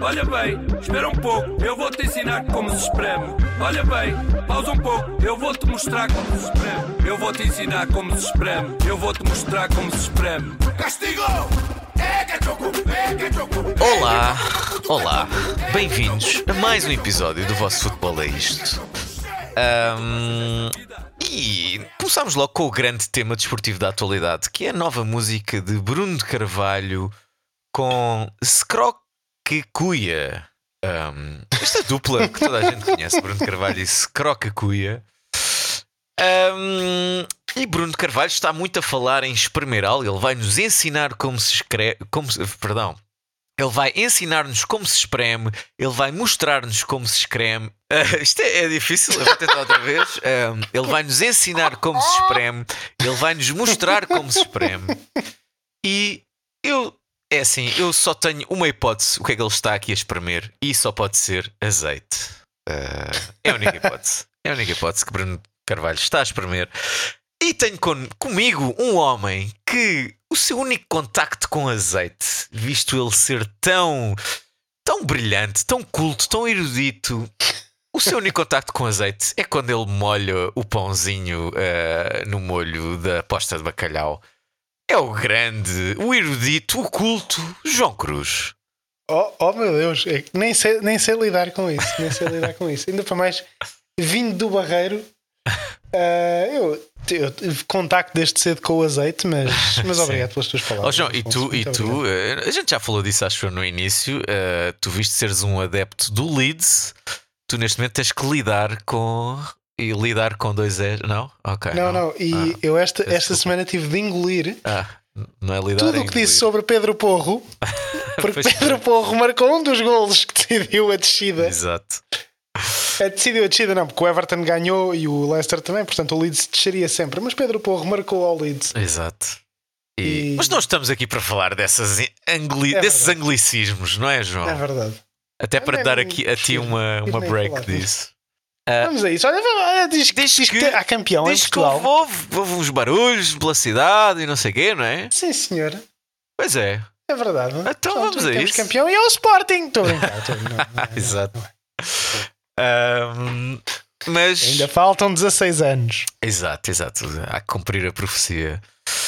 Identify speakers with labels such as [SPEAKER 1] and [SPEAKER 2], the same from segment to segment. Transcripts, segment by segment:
[SPEAKER 1] Olha bem, espera um pouco, eu vou te ensinar como se espreme. Olha bem, pausa um pouco, eu vou te mostrar como se espreme. Eu vou te ensinar como se espreme. Eu vou te mostrar como se espreme.
[SPEAKER 2] Castigo! É cachoco, é cachoco.
[SPEAKER 3] Olá, olá, bem-vindos a mais um episódio do vosso Futebol é Isto. Ahm, e começámos logo com o grande tema desportivo da atualidade, que é a nova música de Bruno de Carvalho com Scroquecuia. Ahm, esta dupla que toda a gente conhece, Bruno de Carvalho e Scroquecuia. Ahm, e Bruno de Carvalho está muito a falar em espremer algo, ele vai nos ensinar como se escreve. Como se, perdão, ele vai ensinar-nos como se espreme, ele vai mostrar-nos como se espreme. Ah, isto é, é difícil, eu vou tentar outra vez. Ah, ele vai nos ensinar como se espreme, ele vai nos mostrar como se espreme. E eu, é assim, eu só tenho uma hipótese: o que é que ele está aqui a espremer? E só pode ser azeite. Ah, é a única hipótese. É a única hipótese que Bruno Carvalho está a espremer. E tenho con- comigo um homem que o seu único contacto com azeite, visto ele ser tão, tão brilhante, tão culto, tão erudito, o seu único contacto com azeite é quando ele molha o pãozinho eh, no molho da posta de bacalhau. É o grande, o erudito, o culto João Cruz.
[SPEAKER 4] Oh, oh meu Deus, é que nem sei, nem sei lidar com isso, nem sei lidar com isso. Ainda para mais, vindo do barreiro, ah, eu, eu tive contacto desde cedo com o azeite, mas, mas
[SPEAKER 3] Sim.
[SPEAKER 4] obrigado pelas tuas
[SPEAKER 3] Ó
[SPEAKER 4] palavras.
[SPEAKER 3] João, e
[SPEAKER 4] Afonso,
[SPEAKER 3] tu, e
[SPEAKER 4] muito
[SPEAKER 3] tu
[SPEAKER 4] obrigado.
[SPEAKER 3] eh, a gente já falou disso, acho eu, no início. eh, tu viste seres um adepto do Leeds, tu neste momento tens que lidar com. E lidar com dois é. Não? Ok.
[SPEAKER 4] Não, não, e
[SPEAKER 3] Ah,
[SPEAKER 4] eu esta, esta
[SPEAKER 3] desculpa.
[SPEAKER 4] semana tive de engolir
[SPEAKER 3] Ah, n- não é lidar
[SPEAKER 4] tudo
[SPEAKER 3] é
[SPEAKER 4] o que disse
[SPEAKER 3] engolir.
[SPEAKER 4] sobre Pedro Porro, porque
[SPEAKER 3] Pois é.
[SPEAKER 4] Pedro Porro marcou um dos golos que decidiu a descida.
[SPEAKER 3] Exato.
[SPEAKER 4] A decidiu a descida, não, porque o Everton ganhou e o Leicester também, portanto o Leeds desceria sempre, mas Pedro Porro marcou ao Leeds.
[SPEAKER 3] Exato. E-
[SPEAKER 4] E-
[SPEAKER 3] Mas nós estamos aqui para falar dessas angli-
[SPEAKER 4] É
[SPEAKER 3] desses
[SPEAKER 4] verdade.
[SPEAKER 3] anglicismos, não é, João?
[SPEAKER 4] É verdade. É
[SPEAKER 3] Até para
[SPEAKER 4] Eu
[SPEAKER 3] dar
[SPEAKER 4] nem
[SPEAKER 3] aqui a ti
[SPEAKER 4] prefiro-
[SPEAKER 3] uma, uma
[SPEAKER 4] nem
[SPEAKER 3] break
[SPEAKER 4] falar.
[SPEAKER 3] disso.
[SPEAKER 4] Vamos a isso. Olha, olha, diz, que-
[SPEAKER 3] Ah. Diz
[SPEAKER 4] diz que,
[SPEAKER 3] que-
[SPEAKER 4] há campeão em
[SPEAKER 3] Diz que
[SPEAKER 4] Portugal.
[SPEAKER 3] houve, houve- houve uns barulhos pela cidade e não sei o quê, não é?
[SPEAKER 4] Sim, senhor.
[SPEAKER 3] Pois é.
[SPEAKER 4] É verdade.
[SPEAKER 3] Então vamos a
[SPEAKER 4] temos
[SPEAKER 3] isso.
[SPEAKER 4] campeão e é o Sporting. Estou a brincar. estou a brincar. Não, não, não. é?
[SPEAKER 3] Exato. Ahm, mas.
[SPEAKER 4] Ainda faltam 16 anos.
[SPEAKER 3] Exato, exato. Há que cumprir a profecia.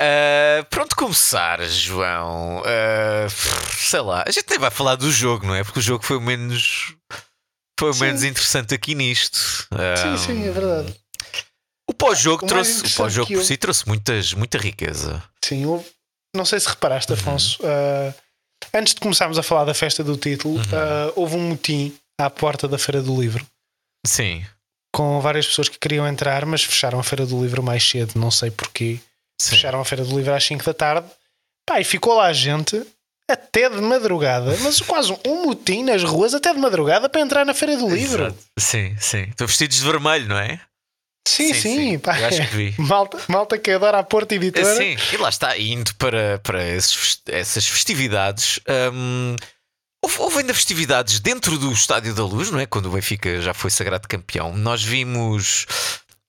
[SPEAKER 3] Ah, pronto, começar, João. Ah, sei lá, a gente nem vai falar do jogo, não é? Porque o jogo foi o menos. Foi o
[SPEAKER 4] Sim.
[SPEAKER 3] menos interessante aqui nisto.
[SPEAKER 4] Sim,
[SPEAKER 3] Ah,
[SPEAKER 4] sim, é verdade.
[SPEAKER 3] O pós-jogo
[SPEAKER 4] O mais
[SPEAKER 3] trouxe. O
[SPEAKER 4] interessante
[SPEAKER 3] pós-jogo
[SPEAKER 4] que
[SPEAKER 3] por
[SPEAKER 4] eu-
[SPEAKER 3] si trouxe muitas, muita riqueza.
[SPEAKER 4] Sim, eu- não sei se reparaste, Afonso.
[SPEAKER 3] Uhum.
[SPEAKER 4] ah, antes de começarmos a falar da festa do título, ah, houve um motim à porta da Feira do Livro.
[SPEAKER 3] Sim,
[SPEAKER 4] Com várias pessoas que queriam entrar, mas fecharam a Feira do Livro mais cedo, não sei porquê.
[SPEAKER 3] sim.
[SPEAKER 4] Fecharam a Feira do Livro às 5 da tarde. Pá, e ficou lá a gente até de madrugada, mas quase um- um motim nas ruas até de madrugada para entrar na Feira do Livro.
[SPEAKER 3] Exato. Sim, sim. Estão vestidos de vermelho, não é?
[SPEAKER 4] Sim,
[SPEAKER 3] Sim,
[SPEAKER 4] sim,
[SPEAKER 3] sim.
[SPEAKER 4] pá.
[SPEAKER 3] Eu acho que vi.
[SPEAKER 4] Malta, malta que adora a Porta
[SPEAKER 3] É,
[SPEAKER 4] Editora.
[SPEAKER 3] Sim, e lá está, indo para, para esses fes- essas festividades. hum, houve, houve ainda festividades dentro do Estádio da Luz, não é? Quando o Benfica já foi sagrado campeão. Nós vimos.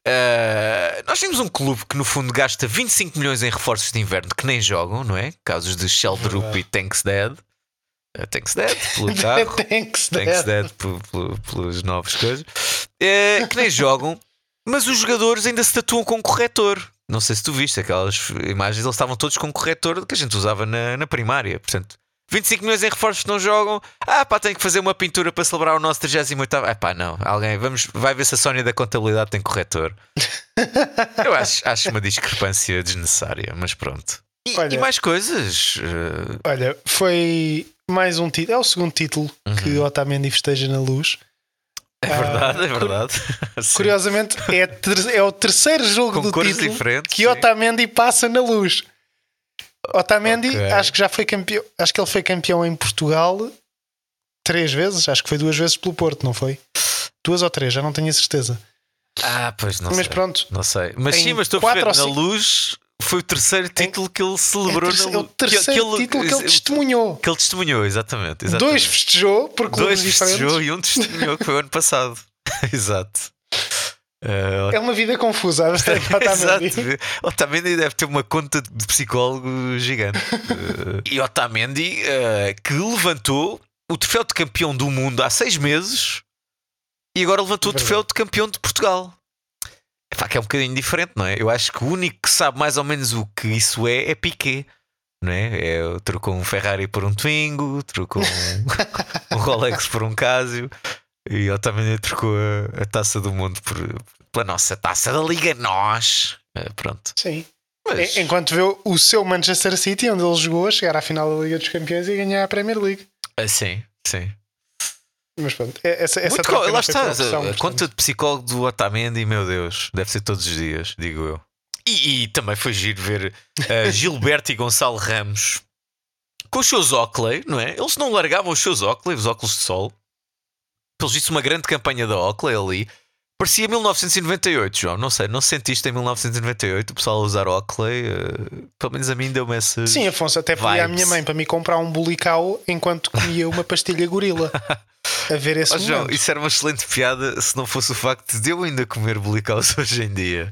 [SPEAKER 3] ah, nós vimos um clube que no fundo gasta 25 milhões em reforços de inverno que nem jogam, não é? Casos de Sheldrup e Tanks Dead. Ah, Tanks Dead, pelo carro.
[SPEAKER 4] Thanks,
[SPEAKER 3] tá. Thanks
[SPEAKER 4] Dad.
[SPEAKER 3] Dad pelo- pelo- pelos novos coisas Eh, que nem jogam, mas os jogadores ainda se tatuam com um corretor. Não sei se tu viste aquelas imagens, eles estavam todos com um corretor que a gente usava na, na primária. Portanto, 25 milhões em reforços que não jogam. Ah, pá, tenho que fazer uma pintura para celebrar o nosso 38. Ah, pá, não. Alguém, vamos, vai ver se a Sónia da contabilidade tem corretor. Eu acho, acho uma discrepância desnecessária, mas pronto. E, e
[SPEAKER 4] Olha.
[SPEAKER 3] mais coisas. eh,
[SPEAKER 4] Olha, foi mais um título. É o segundo título que Otamendi festeja na luz.
[SPEAKER 3] Uhum. é
[SPEAKER 4] ah,
[SPEAKER 3] verdade, é verdade. Sim.
[SPEAKER 4] Curiosamente, é, ter- é o terceiro jogo
[SPEAKER 3] Com
[SPEAKER 4] do
[SPEAKER 3] cores
[SPEAKER 4] título
[SPEAKER 3] diferentes,
[SPEAKER 4] que
[SPEAKER 3] sim.
[SPEAKER 4] Otamendi passa na luz. Otamendi,
[SPEAKER 3] Ok.
[SPEAKER 4] acho que já foi campeão. Acho que ele foi campeão em Portugal três vezes. Acho que foi duas vezes pelo Porto, não foi? Duas ou três, já não tenho a certeza.
[SPEAKER 3] Ah, pois não
[SPEAKER 4] Mas
[SPEAKER 3] sei.
[SPEAKER 4] pronto.
[SPEAKER 3] Não sei. Mas
[SPEAKER 4] Em
[SPEAKER 3] sim, mas estou a
[SPEAKER 4] quatro
[SPEAKER 3] perceber. Na
[SPEAKER 4] ou
[SPEAKER 3] luz foi o terceiro título que ele celebrou
[SPEAKER 4] é terce-
[SPEAKER 3] na
[SPEAKER 4] é o
[SPEAKER 3] luz.
[SPEAKER 4] terceiro título que ele testemunhou.
[SPEAKER 3] que ele testemunhou, exatamente. exatamente.
[SPEAKER 4] Dois festejou por clubes
[SPEAKER 3] Dois
[SPEAKER 4] diferentes.
[SPEAKER 3] festejou e um testemunhou que foi o ano passado. Exato. Ah,
[SPEAKER 4] É uma vida confusa, a verdade, Otamendi.
[SPEAKER 3] Exato. Otamendi deve ter uma conta de psicólogo gigante. Eh, e Otamendi eh, que levantou o troféu de campeão do mundo há seis meses e agora levantou o
[SPEAKER 4] Verdade.
[SPEAKER 3] troféu de campeão de Portugal. Epá, que é um bocadinho diferente, não é? Eu acho que o único que sabe mais ou menos o que isso é é Piquet. Não é? É, trocou um Ferrari por um Twingo, trocou um, um Rolex por um Casio e Otamendi trocou a, a taça do mundo por, pela nossa taça da Liga Nós. Eh, Pronto.
[SPEAKER 4] Sim.
[SPEAKER 3] Mas-
[SPEAKER 4] En- Enquanto vê o seu Manchester City, onde ele jogou, a chegar à final da Liga dos Campeões e ganhar a Premier League.
[SPEAKER 3] Ah, Sim, sim.
[SPEAKER 4] Mas pronto, é- essa, essa
[SPEAKER 3] Muito
[SPEAKER 4] troca
[SPEAKER 3] co-
[SPEAKER 4] não
[SPEAKER 3] lá
[SPEAKER 4] foi
[SPEAKER 3] está,
[SPEAKER 4] por
[SPEAKER 3] a,
[SPEAKER 4] opção,
[SPEAKER 3] a
[SPEAKER 4] portanto.
[SPEAKER 3] conta de psicólogo do Otamendi, meu Deus, deve ser todos os dias, digo eu. E, e também foi giro ver eh, Gilberto e Gonçalo Ramos com os seus óculos, não é? Eles não largavam os seus óculos, os óculos de sol. Pelos vistos, uma grande campanha da Oakley ali. Parecia 1998, João. Não sei, não sentiste em 1998 o pessoal a usar Oakley? Eh, pelo menos a mim deu-me essa.
[SPEAKER 4] Sim, Afonso, até pedi à
[SPEAKER 3] Vibes.
[SPEAKER 4] minha mãe para me comprar um bulical enquanto comia uma pastilha gorila. A ver esse
[SPEAKER 3] Ó, João,
[SPEAKER 4] momento.
[SPEAKER 3] isso era uma excelente piada se não fosse o facto de eu ainda comer bolicaus hoje em dia.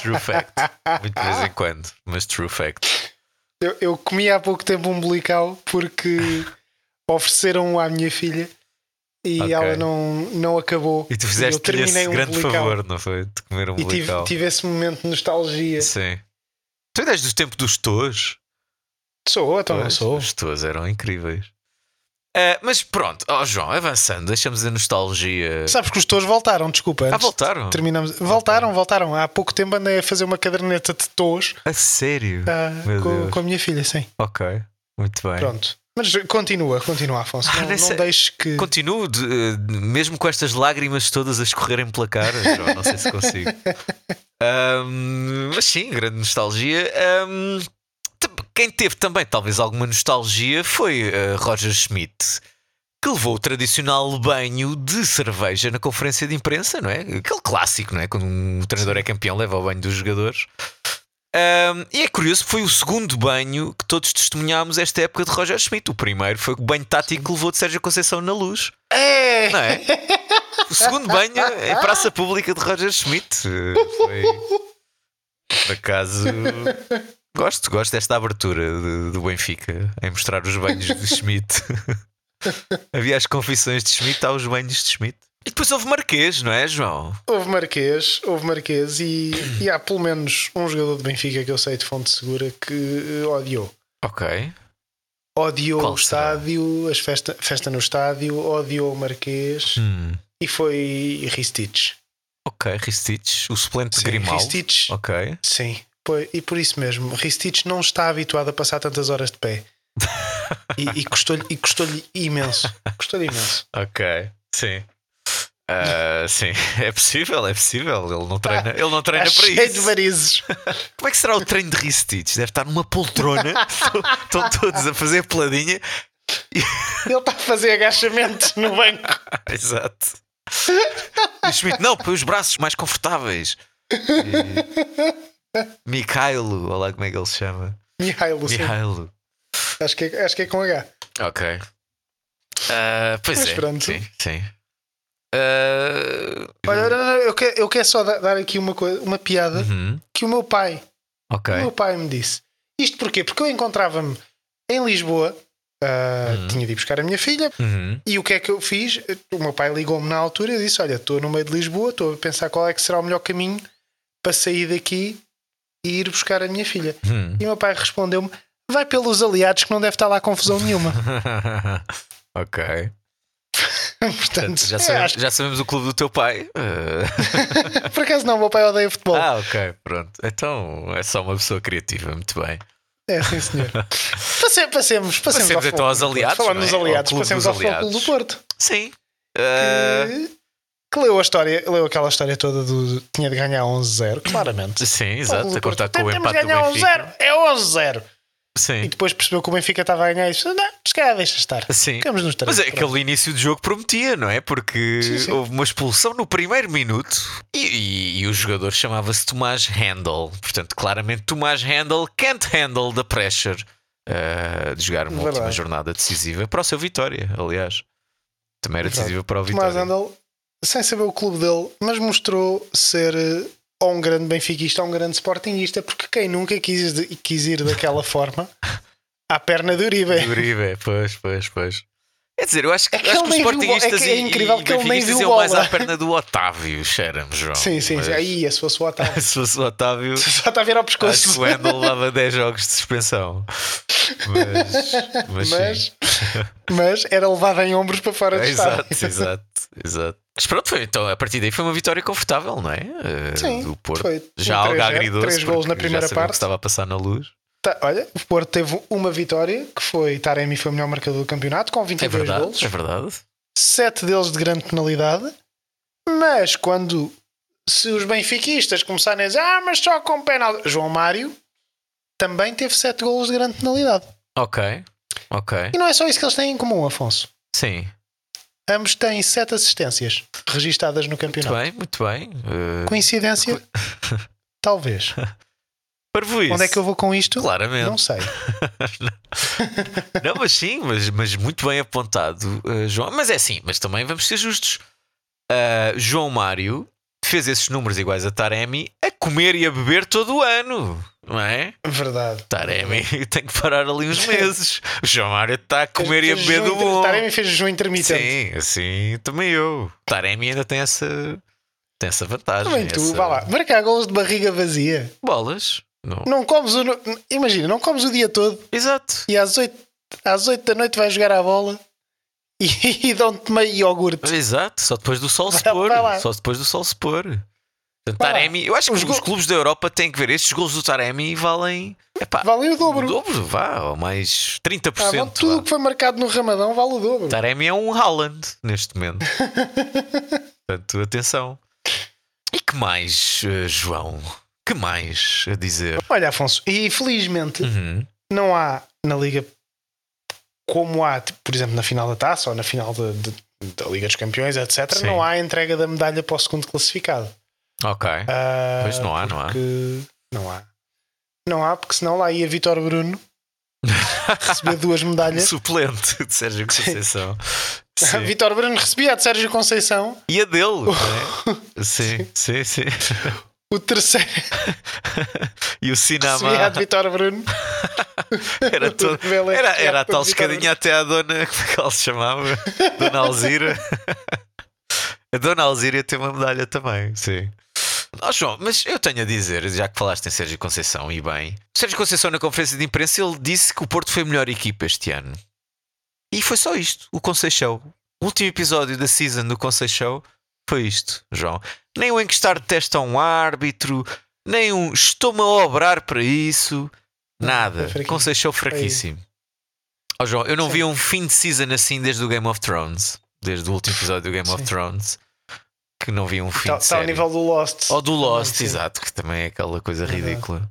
[SPEAKER 3] true fact. Muito de vez em quando, mas true fact.
[SPEAKER 4] Eu, eu comi há pouco tempo um bulical porque ofereceram à minha filha e
[SPEAKER 3] Ok.
[SPEAKER 4] ela não, não acabou.
[SPEAKER 3] E tu
[SPEAKER 4] eu
[SPEAKER 3] fizeste-lhe
[SPEAKER 4] terminei
[SPEAKER 3] esse
[SPEAKER 4] um
[SPEAKER 3] grande
[SPEAKER 4] bulical.
[SPEAKER 3] favor, não foi? De comer um
[SPEAKER 4] E tive,
[SPEAKER 3] bolical.
[SPEAKER 4] tive esse momento de nostalgia.
[SPEAKER 3] Sim. Tu ainda és do tempo dos tos?
[SPEAKER 4] Sou, então não
[SPEAKER 3] Pois,
[SPEAKER 4] sou.
[SPEAKER 3] Os tos eram incríveis. Ah, mas pronto, ó João, avançando, deixamos a nostalgia.
[SPEAKER 4] Sabes que os touros voltaram, desculpa.
[SPEAKER 3] Ah,
[SPEAKER 4] antes de
[SPEAKER 3] voltaram?
[SPEAKER 4] Terminamos. Voltaram, voltaram. Há pouco tempo andei a fazer uma caderneta de touros
[SPEAKER 3] A sério?
[SPEAKER 4] ah,
[SPEAKER 3] Meu
[SPEAKER 4] com,
[SPEAKER 3] Deus.
[SPEAKER 4] com a minha filha, sim.
[SPEAKER 3] Ok, muito bem.
[SPEAKER 4] Pronto. Mas continua, continua, Afonso.
[SPEAKER 3] Ah,
[SPEAKER 4] Não,
[SPEAKER 3] nessa-
[SPEAKER 4] não deixes que.
[SPEAKER 3] Continuo, de- eh, mesmo com estas lágrimas todas a escorrerem pela cara, João, não sei se consigo. Ahm, mas sim, grande nostalgia. Ahm, tam- quem teve também talvez alguma nostalgia foi eh, Roger Schmidt, que levou o tradicional banho de cerveja na conferência de imprensa, não é? Aquele clássico, não é? Quando um treinador é campeão, leva o banho dos jogadores. Ahm, e é curioso, foi o segundo banho que todos testemunhámos esta época de Roger Schmidt. O primeiro foi o banho tático que levou de Sérgio Conceição na luz.
[SPEAKER 4] É!
[SPEAKER 3] Não é? O segundo banho é Praça Pública de Roger Schmidt. Foi. Por acaso. Gosto, gosto desta abertura de- do Benfica em mostrar os banhos de Schmidt. Havia as confissões de Schmidt, há os banhos de Schmidt. E depois houve Marquês, não é, João?
[SPEAKER 4] Houve Marquês, houve Marquês e, e há pelo menos um jogador de Benfica que eu sei de fonte segura que eh, odiou.
[SPEAKER 3] Ok.
[SPEAKER 4] Odiou
[SPEAKER 3] Qual
[SPEAKER 4] o
[SPEAKER 3] será?
[SPEAKER 4] estádio, as festa, festa no estádio, odiou o Marquês
[SPEAKER 3] Hum.
[SPEAKER 4] e foi Ristich.
[SPEAKER 3] Ok, Ristich, o suplente
[SPEAKER 4] Sim,
[SPEAKER 3] Grimal.
[SPEAKER 4] Ristich,
[SPEAKER 3] Ok.
[SPEAKER 4] sim. Pois, E por isso mesmo, Ristich não está habituado a passar tantas horas de pé. E, e custou-lhe e custou-lhe imenso. Custou-lhe imenso.
[SPEAKER 3] Ok, sim. Ah, sim, é possível, é possível. Ele não treina, ele não treina
[SPEAKER 4] Está
[SPEAKER 3] para
[SPEAKER 4] cheio de
[SPEAKER 3] isso.
[SPEAKER 4] varizes.
[SPEAKER 3] Como é que será o treino de Ristich? Deve estar numa poltrona, estão estão todos a fazer peladinha.
[SPEAKER 4] Ele está a fazer agachamentos no banco.
[SPEAKER 3] Exato. E Schmidt, não, põe os braços mais confortáveis. E... Mikhailo, olha lá como é que ele se chama.
[SPEAKER 4] Mihailo, sim.
[SPEAKER 3] Mikhailo.
[SPEAKER 4] Acho que, é, acho que é com H.
[SPEAKER 3] Ok. Ah, pois
[SPEAKER 4] Mas
[SPEAKER 3] é.
[SPEAKER 4] pronto.
[SPEAKER 3] Sim, sim. Ah,
[SPEAKER 4] Olha, não, não, eu, quero, eu quero só da- dar aqui uma, coisa, uma piada
[SPEAKER 3] uhum,
[SPEAKER 4] que o meu pai,
[SPEAKER 3] Ok.
[SPEAKER 4] o meu pai me disse. Isto porquê? Porque eu encontrava-me em Lisboa, ah, tinha de ir buscar a minha filha,
[SPEAKER 3] Uhum.
[SPEAKER 4] e o que é que eu fiz? O meu pai ligou-me na altura e disse: Olha, estou no meio de Lisboa, estou a pensar qual é que será o melhor caminho para sair daqui e ir buscar a minha filha.
[SPEAKER 3] Uhum.
[SPEAKER 4] E o meu pai respondeu-me: Vai pelos aliados que não deve estar lá confusão nenhuma.
[SPEAKER 3] ok.
[SPEAKER 4] Portanto,
[SPEAKER 3] Já
[SPEAKER 4] é,
[SPEAKER 3] sabemos,
[SPEAKER 4] acho-
[SPEAKER 3] já sabemos o clube do teu pai. Eh,
[SPEAKER 4] por acaso não, o meu pai odeia futebol.
[SPEAKER 3] ah, ok, pronto. Então é só uma pessoa criativa, muito bem.
[SPEAKER 4] É, sim, senhor. Passe- passemos, passemos,
[SPEAKER 3] Passemos
[SPEAKER 4] ao
[SPEAKER 3] então
[SPEAKER 4] Futebol
[SPEAKER 3] aos
[SPEAKER 4] Clube do Porto.
[SPEAKER 3] aliados,
[SPEAKER 4] Falando
[SPEAKER 3] não é?
[SPEAKER 4] dos
[SPEAKER 3] Ao
[SPEAKER 4] aliados,
[SPEAKER 3] Clube
[SPEAKER 4] passemos
[SPEAKER 3] dos
[SPEAKER 4] ao Futebol
[SPEAKER 3] Aliados. Ah.
[SPEAKER 4] Clube do Porto.
[SPEAKER 3] Sim. eh,
[SPEAKER 4] Que, que leu a história, leu aquela história toda do tinha de ganhar 11-0, claramente.
[SPEAKER 3] sim,
[SPEAKER 4] Futebol Clube
[SPEAKER 3] exato.
[SPEAKER 4] do
[SPEAKER 3] A contar
[SPEAKER 4] Porto.
[SPEAKER 3] com o
[SPEAKER 4] Temos
[SPEAKER 3] empate do
[SPEAKER 4] ganhar 11-0,
[SPEAKER 3] Benfica.
[SPEAKER 4] é 11-0. E
[SPEAKER 3] Sim,
[SPEAKER 4] depois percebeu que o Benfica estava a ganhar e disse: Não, se calhar deixa estar.
[SPEAKER 3] sim.
[SPEAKER 4] Ficamos nos um três.
[SPEAKER 3] Mas é,
[SPEAKER 4] pronto."
[SPEAKER 3] aquele início do jogo prometia, não é? Porque
[SPEAKER 4] Sim, sim.
[SPEAKER 3] houve uma expulsão no primeiro minuto e, e- e o jogador chamava-se Tomás Handel. Portanto, claramente, Tomás Handel can't handle the pressure eh, de jogar uma última
[SPEAKER 4] Verdade.
[SPEAKER 3] jornada decisiva para o seu Vitória, aliás. Também era
[SPEAKER 4] Verdade.
[SPEAKER 3] decisiva para o Vitória.
[SPEAKER 4] Tomás Andel, sem saber o clube dele, mas mostrou ser eh, ou um grande benfiquista ou um grande sportinguista, porque quem nunca quis, de- quis ir daquela forma À perna do Uribe.
[SPEAKER 3] Do Uribe, é, pois, pois, pois. Quer dizer, eu acho que,
[SPEAKER 4] É que
[SPEAKER 3] acho
[SPEAKER 4] ele
[SPEAKER 3] que os
[SPEAKER 4] nem viu bo- é
[SPEAKER 3] sportinguistas
[SPEAKER 4] que é
[SPEAKER 3] e-
[SPEAKER 4] incrível
[SPEAKER 3] e
[SPEAKER 4] que ele nem
[SPEAKER 3] benfiquistas
[SPEAKER 4] viu
[SPEAKER 3] iam mais
[SPEAKER 4] bola.
[SPEAKER 3] à perna do Otávio, cheira-me, João.
[SPEAKER 4] Sim, sim,
[SPEAKER 3] Mas
[SPEAKER 4] sim. Aí, se fosse o Otávio.
[SPEAKER 3] Se fosse o Otávio,
[SPEAKER 4] Se Só está a virar o
[SPEAKER 3] acho que
[SPEAKER 4] pescoço.
[SPEAKER 3] o Handel levava 10 jogos de suspensão. Mas, mas, sim. É,
[SPEAKER 4] Mas, mas era levado em ombros para fora do estádio.
[SPEAKER 3] Exato, exato, exato. Mas pronto, foi, então a partir daí foi uma vitória confortável, não é? Eh,
[SPEAKER 4] Sim,
[SPEAKER 3] do Porto.
[SPEAKER 4] foi
[SPEAKER 3] já
[SPEAKER 4] um
[SPEAKER 3] algo
[SPEAKER 4] 3-0,
[SPEAKER 3] agridoce.
[SPEAKER 4] três golos
[SPEAKER 3] porque
[SPEAKER 4] na
[SPEAKER 3] já sabia
[SPEAKER 4] primeira
[SPEAKER 3] o que
[SPEAKER 4] parte.
[SPEAKER 3] estava a passar na luz.
[SPEAKER 4] Tá, olha, o Porto teve uma vitória, que foi Taremi foi o melhor marcador do campeonato, com
[SPEAKER 3] É
[SPEAKER 4] 22
[SPEAKER 3] verdade,
[SPEAKER 4] golos.
[SPEAKER 3] é verdade.
[SPEAKER 4] sete deles de grande penalidade, mas quando se os benfiquistas começarem a dizer ah, mas só com penalti, João Mário também teve sete golos de grande penalidade.
[SPEAKER 3] Ok, ok.
[SPEAKER 4] E não é só isso que eles têm em comum, Afonso.
[SPEAKER 3] Sim,
[SPEAKER 4] Ambos têm sete assistências registadas no
[SPEAKER 3] muito
[SPEAKER 4] campeonato.
[SPEAKER 3] bem, muito bem. Eh,
[SPEAKER 4] Coincidência? Talvez.
[SPEAKER 3] Parvoíce.
[SPEAKER 4] Onde é que eu vou com isto?
[SPEAKER 3] Claramente.
[SPEAKER 4] Não sei.
[SPEAKER 3] Não, mas sim, mas, mas muito bem apontado, eh, João. Mas é assim, mas também vamos ser justos. Ah, João Mário fez esses números iguais a Taremi a comer e a beber todo o ano, não é?
[SPEAKER 4] Verdade.
[SPEAKER 3] Taremi
[SPEAKER 4] Uhum.
[SPEAKER 3] tem que parar ali uns meses. O João Mário está a comer e a
[SPEAKER 4] Fez
[SPEAKER 3] beber do
[SPEAKER 4] jejum inter-
[SPEAKER 3] bom.
[SPEAKER 4] Taremi fez jejum intermitente.
[SPEAKER 3] Sim, assim também eu. Taremi ainda tem essa, tem essa vantagem.
[SPEAKER 4] Também tu,
[SPEAKER 3] essa-
[SPEAKER 4] vá lá. Marcar golos de barriga vazia.
[SPEAKER 3] Bolas. Não. é?
[SPEAKER 4] Não comes o. Imagina, não comes o dia todo.
[SPEAKER 3] Exato.
[SPEAKER 4] e às 8, às 8 da noite vais jogar à bola e, e dão-te meio iogurte.
[SPEAKER 3] Exato, só depois do sol se
[SPEAKER 4] Vai-
[SPEAKER 3] pôr.
[SPEAKER 4] vai lá.
[SPEAKER 3] Só depois do sol se pôr. Portanto,
[SPEAKER 4] Vai lá.
[SPEAKER 3] Taremi, eu acho que
[SPEAKER 4] Os
[SPEAKER 3] os,
[SPEAKER 4] gol-
[SPEAKER 3] clubes da Europa têm que ver. Estes gols do Taremi valem. Epá,
[SPEAKER 4] Vale o dobro.
[SPEAKER 3] o dobro, vá, ou mais 30%.
[SPEAKER 4] Ah, vale tudo o
[SPEAKER 3] vá.
[SPEAKER 4] que foi marcado no Ramadão vale o dobro.
[SPEAKER 3] Taremi é um Haaland neste momento. Portanto, atenção. E que mais, eh, João? Que mais a dizer?
[SPEAKER 4] Olha, Afonso, e felizmente
[SPEAKER 3] Uhum.
[SPEAKER 4] não há na Liga como há, tipo, por exemplo, na final da taça ou na final de- de- da Liga dos Campeões, etc.
[SPEAKER 3] Sim.
[SPEAKER 4] Não há entrega da medalha para o segundo classificado.
[SPEAKER 3] Ok.
[SPEAKER 4] Ah,
[SPEAKER 3] Pois não há, não há.
[SPEAKER 4] porque não há. Não há, porque senão lá ia Vitor Bruno receber duas medalhas.
[SPEAKER 3] Suplente de Sérgio Conceição.
[SPEAKER 4] Tá
[SPEAKER 3] Sim.
[SPEAKER 4] Vitor Bruno recebia a de Sérgio Conceição
[SPEAKER 3] E a dele, não é? Sim, sim, sim.
[SPEAKER 4] o terceiro
[SPEAKER 3] E o
[SPEAKER 4] recebia é a
[SPEAKER 3] Sinamá
[SPEAKER 4] de Vitor Bruno é
[SPEAKER 3] era todo.
[SPEAKER 4] Velé,
[SPEAKER 3] Era, era a
[SPEAKER 4] Vitor
[SPEAKER 3] tal
[SPEAKER 4] Bruno.
[SPEAKER 3] escadinha até à dona. Como é que ela se chamava? Dona Alzira. A dona Alzira tem uma medalha também, sim. Ó João, mas eu tenho a dizer, já que falaste em Sérgio Conceição e bem, Sérgio Conceição, na conferência de imprensa, ele disse que o Porto foi a melhor equipa este ano. E foi só isto, o Conceição. O último episódio da season do Conceição foi isto, João. Nem o encostar de testa a um árbitro, nem um estou-me a obrar para isso, nada.
[SPEAKER 4] foi fraquinho.
[SPEAKER 3] Conceição fraquíssimo. Ó João, eu não vi um fim de season assim desde o Game of Thrones, desde o último episódio do Game of
[SPEAKER 4] Sim.
[SPEAKER 3] Thrones, que não vi um fim
[SPEAKER 4] Está
[SPEAKER 3] de
[SPEAKER 4] ao
[SPEAKER 3] série.
[SPEAKER 4] nível do Lost.
[SPEAKER 3] Ou do Lost,
[SPEAKER 4] sim.
[SPEAKER 3] exato, que também é aquela coisa
[SPEAKER 4] Verdade.
[SPEAKER 3] ridícula.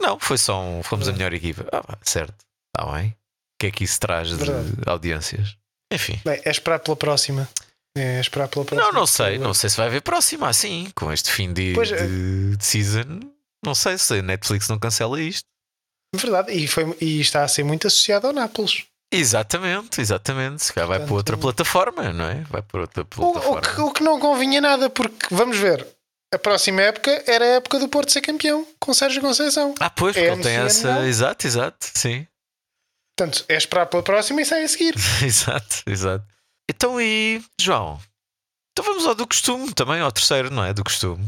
[SPEAKER 3] Não, foi só um. Fomos a melhor equipa. Ah, pá, certo. Está bem. O que é que isso traz de
[SPEAKER 4] Verdade.
[SPEAKER 3] audiências? Enfim.
[SPEAKER 4] Bem, é esperar pela próxima. É esperar pela próxima.
[SPEAKER 3] Não, não sei. Não sei se vai haver próxima assim, com este fim de,
[SPEAKER 4] Pois é.
[SPEAKER 3] de- de season. Não sei se a Netflix não cancela isto.
[SPEAKER 4] É Verdade, e, foi, e está a ser muito associado ao Nápoles.
[SPEAKER 3] Exatamente, exatamente. Se calhar vai para outra plataforma, não é? Vai para outra
[SPEAKER 4] O, o
[SPEAKER 3] plataforma.
[SPEAKER 4] que, o que não convinha nada, porque vamos ver, a próxima época era a época do Porto ser campeão, com Sérgio Conceição.
[SPEAKER 3] Ah, pois, porque ele tem
[SPEAKER 4] MCN,
[SPEAKER 3] essa.
[SPEAKER 4] não?
[SPEAKER 3] Exato, exato. Sim.
[SPEAKER 4] Portanto, é esperar pela próxima e sai a seguir.
[SPEAKER 3] Exato, exato. Então e João? Então vamos ao do costume também, ao terceiro, não é? Do costume.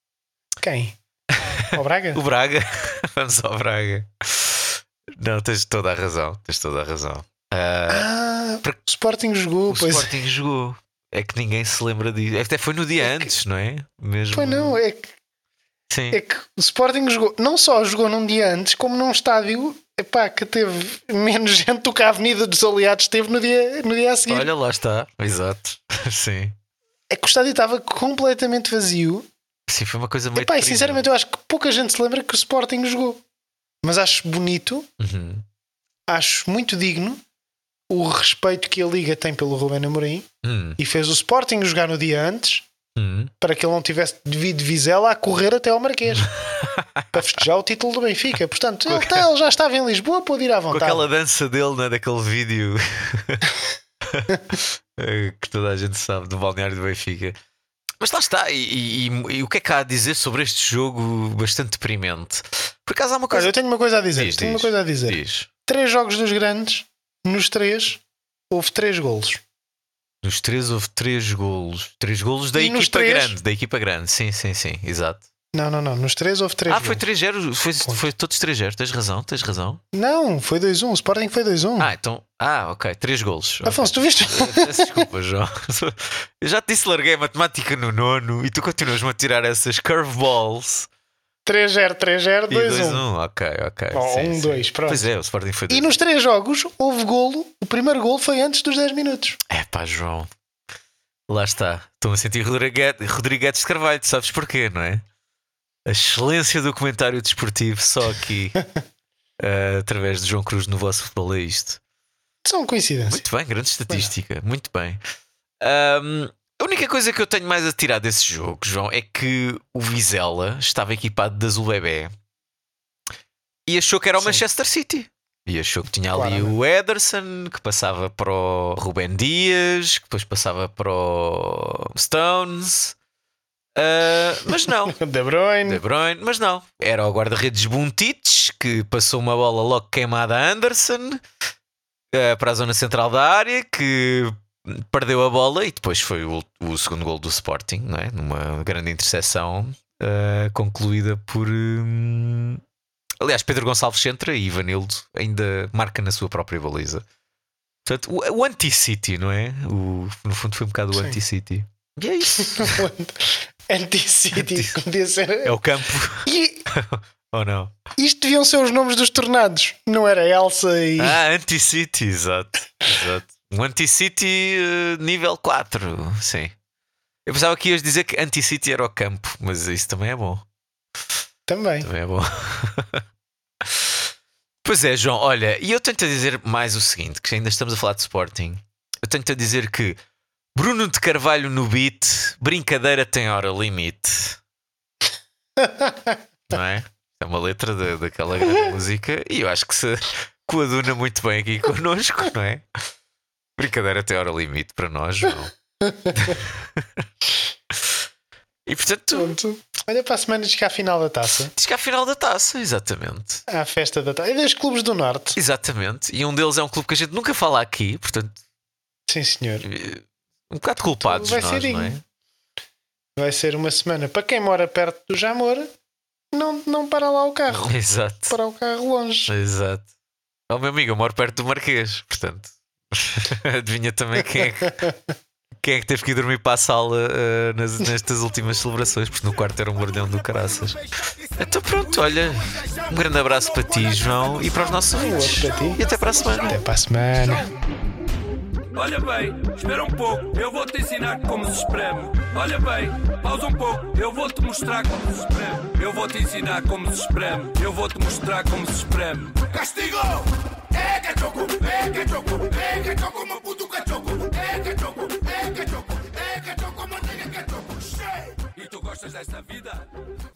[SPEAKER 4] Quem? O Braga?
[SPEAKER 3] O Braga. vamos ao Braga. Não, tens toda a razão. Tens toda a razão. Ah,
[SPEAKER 4] ah,
[SPEAKER 3] Porque-
[SPEAKER 4] o Sporting jogou,
[SPEAKER 3] o
[SPEAKER 4] Uh, pois.
[SPEAKER 3] Sporting jogou. É que ninguém se lembra disso. É que até foi no dia antes, não é? Mesmo.
[SPEAKER 4] Pois não, é que,
[SPEAKER 3] Sim.
[SPEAKER 4] é que o Sporting jogou, não só jogou num dia antes, como num estádio epá, que teve menos gente do que a Avenida dos Aliados teve no dia, no dia a seguir.
[SPEAKER 3] Olha, lá está. Exato. Sim.
[SPEAKER 4] É que o estádio estava completamente vazio.
[SPEAKER 3] Sim, foi uma coisa meio.
[SPEAKER 4] Epá, e
[SPEAKER 3] terrível.
[SPEAKER 4] sinceramente eu acho que pouca gente se lembra que o Sporting jogou. Mas acho bonito,
[SPEAKER 3] Uhum.
[SPEAKER 4] acho muito digno o respeito que a Liga tem pelo Rubén Amorim
[SPEAKER 3] Hum,
[SPEAKER 4] e fez o Sporting jogar no dia antes
[SPEAKER 3] hum.
[SPEAKER 4] para que ele não tivesse devido Vizela a correr até ao Marquês para festejar o título do Benfica. Portanto, ele, tá- ele já estava em Lisboa, pôde ir à
[SPEAKER 3] Com
[SPEAKER 4] vontade.
[SPEAKER 3] aquela dança dele, né, daquele vídeo eh, que toda a gente sabe do balneário do Benfica. Mas lá está, e, e- e o que é que há a dizer sobre este jogo bastante deprimente? Por acaso há uma
[SPEAKER 4] Olha,
[SPEAKER 3] coisa
[SPEAKER 4] eu tenho uma coisa a dizer.
[SPEAKER 3] Diz,
[SPEAKER 4] tenho
[SPEAKER 3] diz,
[SPEAKER 4] uma coisa a
[SPEAKER 3] que
[SPEAKER 4] dizer.
[SPEAKER 3] diz.
[SPEAKER 4] Três jogos dos grandes, nos três, houve três golos.
[SPEAKER 3] Nos três houve três golos. Três golos da
[SPEAKER 4] E nos
[SPEAKER 3] equipa
[SPEAKER 4] três?
[SPEAKER 3] grande. Da equipa grande. Sim, sim, sim. Exato.
[SPEAKER 4] Não, não, não. Nos três houve três
[SPEAKER 3] ah,
[SPEAKER 4] golos.
[SPEAKER 3] foi 3-0. Foi,
[SPEAKER 4] Ponto.
[SPEAKER 3] foi todos 3-0. Tens razão, tens razão.
[SPEAKER 4] Não, foi 2-1. O Sporting foi 2-1.
[SPEAKER 3] Ah, então. Ah, ok. Três golos.
[SPEAKER 4] Afonso, tu viste?
[SPEAKER 3] Peço desculpa, João. Eu já te disse, larguei a matemática no nono e tu continuas-me a tirar essas curveballs.
[SPEAKER 4] 3-0, 3-0,
[SPEAKER 3] E
[SPEAKER 4] 2-1.
[SPEAKER 3] 2-1. Ok, ok.
[SPEAKER 4] Ou
[SPEAKER 3] sim, sim.
[SPEAKER 4] 1-2, pronto.
[SPEAKER 3] Pois é, o Sporting foi.
[SPEAKER 4] um. E nos três jogos houve golo. O primeiro golo foi antes dos 10 minutos.
[SPEAKER 3] É pá, João. Lá está. Estou-me a sentir Rodriguete- Rodrigues de Carvalho, tu sabes porquê, não é? A excelência do comentário desportivo só aqui. eh, através de João Cruz no vosso futebol é isto.
[SPEAKER 4] São coincidências.
[SPEAKER 3] Muito bem, grande estatística. Muito bem. Ahm, a única coisa que eu tenho mais a tirar desse jogo, João, é que o Vizela estava equipado de azul bebê e achou que era o
[SPEAKER 4] Sim.
[SPEAKER 3] Manchester City. E achou que tinha ali
[SPEAKER 4] Claramente.
[SPEAKER 3] o Ederson, que passava para o Rubem Dias, que depois passava para o Stones. Ah, mas não,
[SPEAKER 4] De
[SPEAKER 3] De
[SPEAKER 4] Bruyne.
[SPEAKER 3] Bruyne, mas não. Era o guarda-redes Buntites que passou uma bola logo queimada a Anderson eh, para a zona central da área que perdeu a bola e depois foi o, o segundo gol do Sporting, não é? Numa grande interseção eh, concluída por. hum, aliás, Pedro Gonçalves entra e Ivanildo ainda marca na sua própria baliza. Portanto, o, o anti-City, não é? O- no fundo foi um bocado o
[SPEAKER 4] Sim.
[SPEAKER 3] anti-City. E é isso.
[SPEAKER 4] Anti-City.
[SPEAKER 3] Anti-
[SPEAKER 4] podia ser.
[SPEAKER 3] é o campo,
[SPEAKER 4] E
[SPEAKER 3] ou não?
[SPEAKER 4] isto deviam ser os nomes dos tornados. Não era Elsa e.
[SPEAKER 3] Ah, anti-city, exato. exato. Um anti-city eh, nível 4, sim. Eu pensava que ias dizer que anti-city era o campo, mas isso também é bom.
[SPEAKER 4] Também.
[SPEAKER 3] Também é bom. pois é, João, olha, e eu tento a dizer mais o seguinte: que ainda estamos a falar de Sporting. Eu tento a dizer que Bruno de Carvalho no beat, brincadeira tem hora limite. Não é? É uma letra da- daquela grande música e eu acho que se coaduna muito bem aqui connosco, não é? Brincadeira tem hora limite para nós, João. e portanto,
[SPEAKER 4] Pronto. Olha para a semana diz que há a final da taça.
[SPEAKER 3] diz que há a final da taça, exatamente.
[SPEAKER 4] Há a festa da taça. É dos clubes do Norte.
[SPEAKER 3] Exatamente, e um deles é um clube que a gente nunca fala aqui, portanto,
[SPEAKER 4] Sim, senhor.
[SPEAKER 3] eh, um bocado culpados
[SPEAKER 4] Vai
[SPEAKER 3] nós,
[SPEAKER 4] ser
[SPEAKER 3] não é?
[SPEAKER 4] em- Vai ser uma semana. Para quem mora perto do Jamor, não, não para lá o carro.
[SPEAKER 3] Exato,
[SPEAKER 4] Para o carro longe.
[SPEAKER 3] exato. Ó meu amigo, eu moro perto do Marquês, portanto, adivinha também quem é que, quem é que teve que ir dormir para a sala eh, nas- nestas últimas celebrações, porque no quarto era um guardião do caraças. Então pronto, olha, um grande abraço para ti, João, e para os nossos ouvintes.
[SPEAKER 4] outro para ti.
[SPEAKER 3] E até para a semana.
[SPEAKER 4] Até para a semana.
[SPEAKER 1] Olha bem, espera um pouco, eu vou te ensinar como se espreme. Olha bem, pausa um pouco, eu vou te mostrar como se espreme. Eu vou te ensinar como se espreme. Eu vou te mostrar como se espreme.
[SPEAKER 2] Castigo.
[SPEAKER 1] É
[SPEAKER 2] Eh, cachoco. Eh, cachoco. Eh, cachoco, maputo cachoco.
[SPEAKER 1] É
[SPEAKER 2] Eh, cachoco. Eh, cachoco. Eh, cachoco, manteiga cachoco. Shake.
[SPEAKER 1] E tu gostas desta vida?